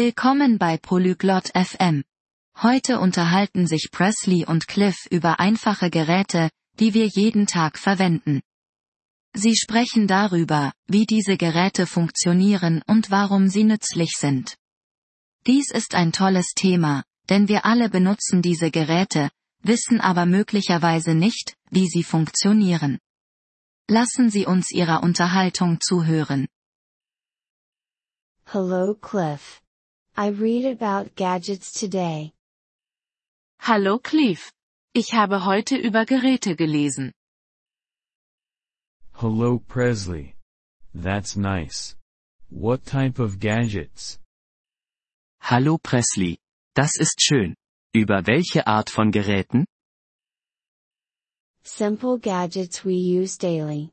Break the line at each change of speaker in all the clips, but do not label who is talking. Willkommen bei Polyglot FM. Heute unterhalten sich Presley und Cliff über einfache Geräte, die wir jeden Tag verwenden. Sie sprechen darüber, wie diese Geräte funktionieren und warum sie nützlich sind. Dies ist ein tolles Thema, denn wir alle benutzen diese Geräte, wissen aber möglicherweise nicht, wie sie funktionieren. Lassen Sie uns Ihrer Unterhaltung zuhören.
Hello, Cliff. I read about gadgets today.
Hallo Cleve. Ich habe heute über Geräte gelesen.
Hello, Presley. That's nice. What type of gadgets?
Hallo Presley. Das ist schön. Über welche Art von Geräten?
Simple gadgets we use daily.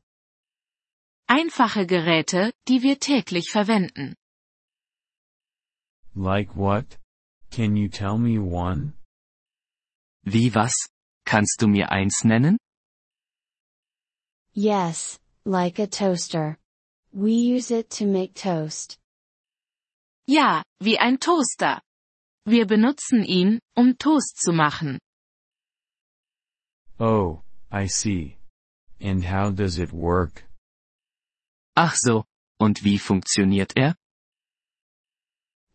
Einfache Geräte, die wir täglich verwenden.
Like what? Can you tell me one?
Wie was? Kannst du mir eins nennen?
Yes, like a toaster. We use it to make toast.
Ja, wie ein Toaster. Wir benutzen ihn, um Toast zu machen.
Oh, I see. And how does it work?
Ach so. Und wie funktioniert er?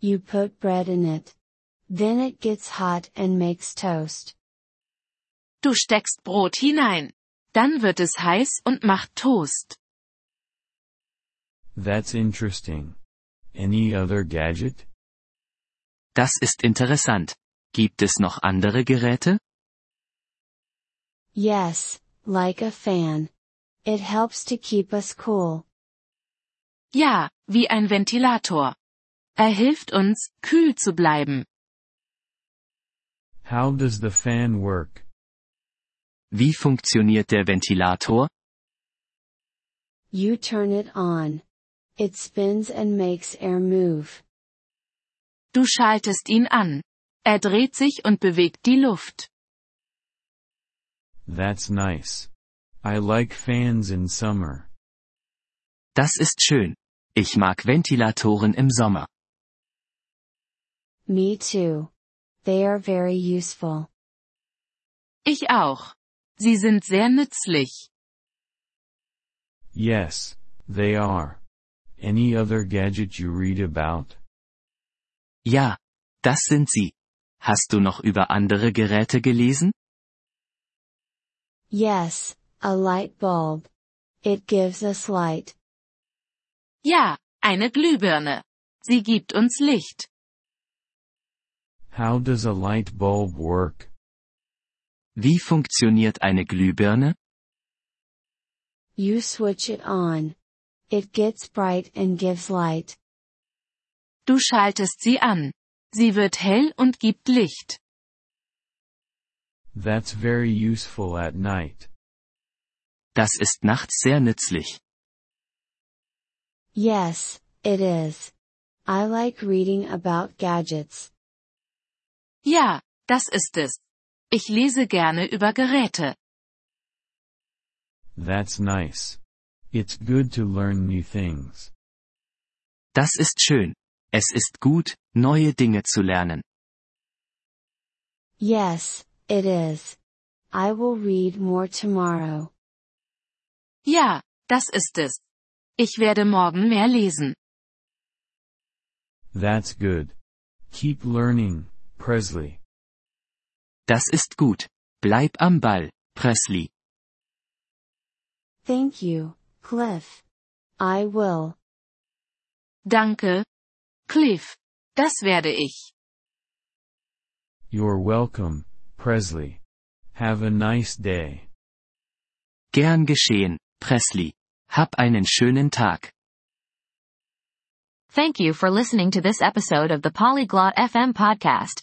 You put bread in it. Then it gets hot and makes toast.
Du steckst Brot hinein. Dann wird es heiß und macht Toast.
That's interesting. Any other gadget?
Das ist interessant. Gibt es noch andere Geräte?
Yes, like a fan. It helps to keep us cool.
Ja, wie ein Ventilator. Er hilft uns, kühl zu bleiben.
How does the fan work?
Wie funktioniert der Ventilator?
You turn it on. It spins and makes air move.
Du schaltest ihn an. Er dreht sich und bewegt die Luft.
That's nice. I like fans in summer.
Das ist schön. Ich mag Ventilatoren im Sommer.
Me too. They are very useful.
Ich auch. Sie sind sehr nützlich.
Yes, they are. Any other gadget you read about?
Ja, das sind sie. Hast du noch über andere Geräte gelesen?
Yes, a light bulb. It gives us light.
Ja, eine Glühbirne. Sie gibt uns Licht.
How does a light bulb work?
Wie funktioniert eine Glühbirne?
You switch it on. It gets bright and gives light.
Du schaltest sie an. Sie wird hell und gibt Licht.
That's very useful at night.
Das ist nachts sehr nützlich.
Yes, it is. I like reading about gadgets.
Ja, das ist es. Ich lese gerne über Geräte.
That's nice. It's good to learn new things.
Das ist schön. Es ist gut, neue Dinge zu lernen.
Yes, it is. I will read more tomorrow.
Ja, das ist es. Ich werde morgen mehr lesen.
That's good. Keep learning, Presley.
Das ist gut. Bleib am Ball, Presley.
Thank you, Cliff. I will.
Danke. Cliff. Das werde ich.
You're welcome, Presley. Have a nice day.
Gern geschehen, Presley. Hab einen schönen Tag.
Thank you for listening to this episode of the Polyglot FM podcast.